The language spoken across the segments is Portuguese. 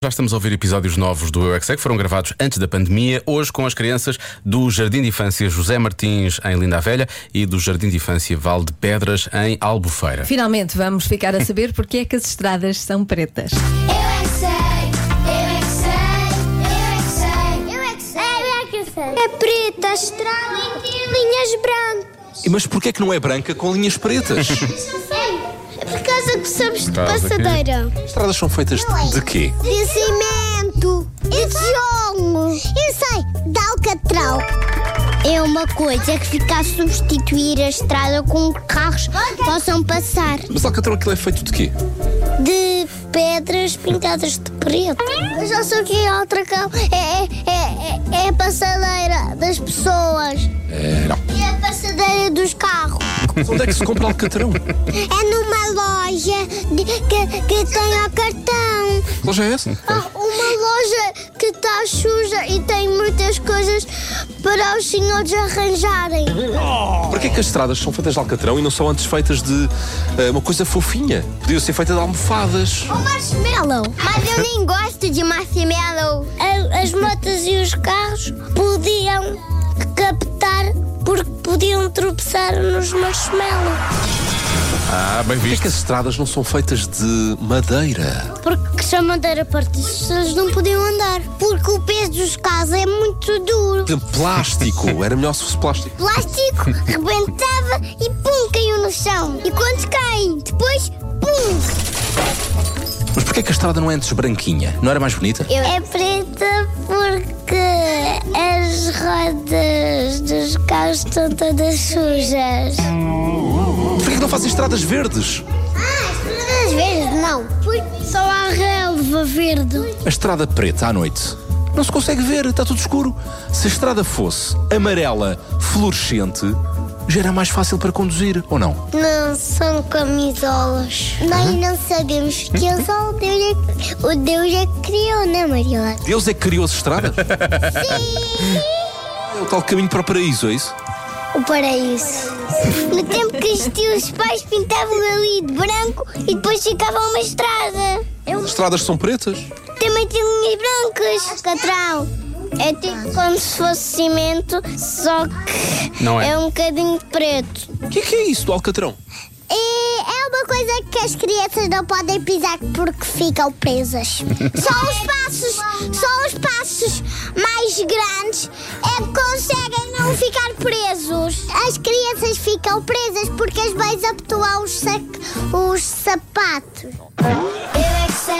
cá estamos a ouvir episódios novos do Eu é que, Sei, que foram gravados antes da pandemia, hoje com as crianças do Jardim de Infância José Martins, em Linda a Velha, e do Jardim de Infância Val de Pedras, em Albufeira. Finalmente vamos ficar a saber porque é que as estradas são pretas. Eu é que sei, eu é que sei, eu é que sei, eu é que sei, eu é que sei. É preta, estrada, linhas brancas. Mas porquê é que não é branca com linhas pretas? É por causa que somos de causa que- passadeira. Estradas são feitas é de, de quê? De cimento e de jongo. Eu sei, de alcatrão. É uma coisa que fica a substituir a estrada com que carros possam passar. Mas Alcatrão aquilo é feito de quê? de pedras pintadas de preto. Mas eu sou que é altracão é, é, é, é a passadeira das pessoas. É, não. E a passadeira dos carros. Mas onde é que se compra Alcatrão? É numa loja de- que, que tem o cartão. Que loja é essa? Ah, uma loja que está suja e tem muitas coisas para os senhores arranjarem. Porquê é que as estradas são feitas de Alcatrão e não são antes feitas de eh, uma coisa fofinha? Podiam ser feitas de almofadas. O marshmallow. Mas eu nem gosto de marshmallow. As motas e os carros podiam captar porque podiam tropeçar nos marshmallows. Ah, bem Porquê é visto. que as estradas não são feitas de madeira? Porque se a madeira partisse, as pessoas não podiam andar. Porque o peso dos carros é muito duro. Por exemplo, plástico. Era melhor se fosse plástico. Plástico rebentava e pum, caiu no chão. E quando caem, depois pum. Mas porquê é que a estrada não é antes branquinha? Não era mais bonita? É preta porque as rodas dos carros estão todas sujas. Porquê é que não fazem estradas verdes? Ah, estradas verdes não. Só há relva verde. A estrada preta à noite não se consegue ver, está tudo escuro. Se a estrada fosse amarela, fluorescente, já era mais fácil para conduzir, ou não? Não são camisolas. Nós não sabemos que eu sou o Deus é, o Deus é que criou, né, Mariola? Deus é que criou as estradas? É o tal caminho para o paraíso, é isso? O paraíso. No tempo que existiam os pais pintavam ali de branco e depois ficava uma estrada. As estradas são pretas? Também tem linhas brancas. Catrão. É tipo como se fosse cimento, só que Não é. é um bocadinho preto. O que é, que é isso do Alcatrão? E é uma coisa que as crianças não podem pisar porque ficam presas. só os passos, só os passos mais grandes é que conseguem não ficar presos. As crianças ficam presas porque as mães apetuam os, sac- os sapatos. Eu é que sei,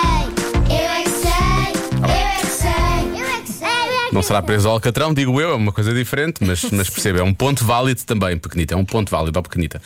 eu é que sei, eu é que sei, eu é que sei. Não será preso ao Alcatrão, digo eu, é uma coisa diferente, mas, mas perceba, é um ponto válido também, pequenita, é um ponto válido ao pequenita.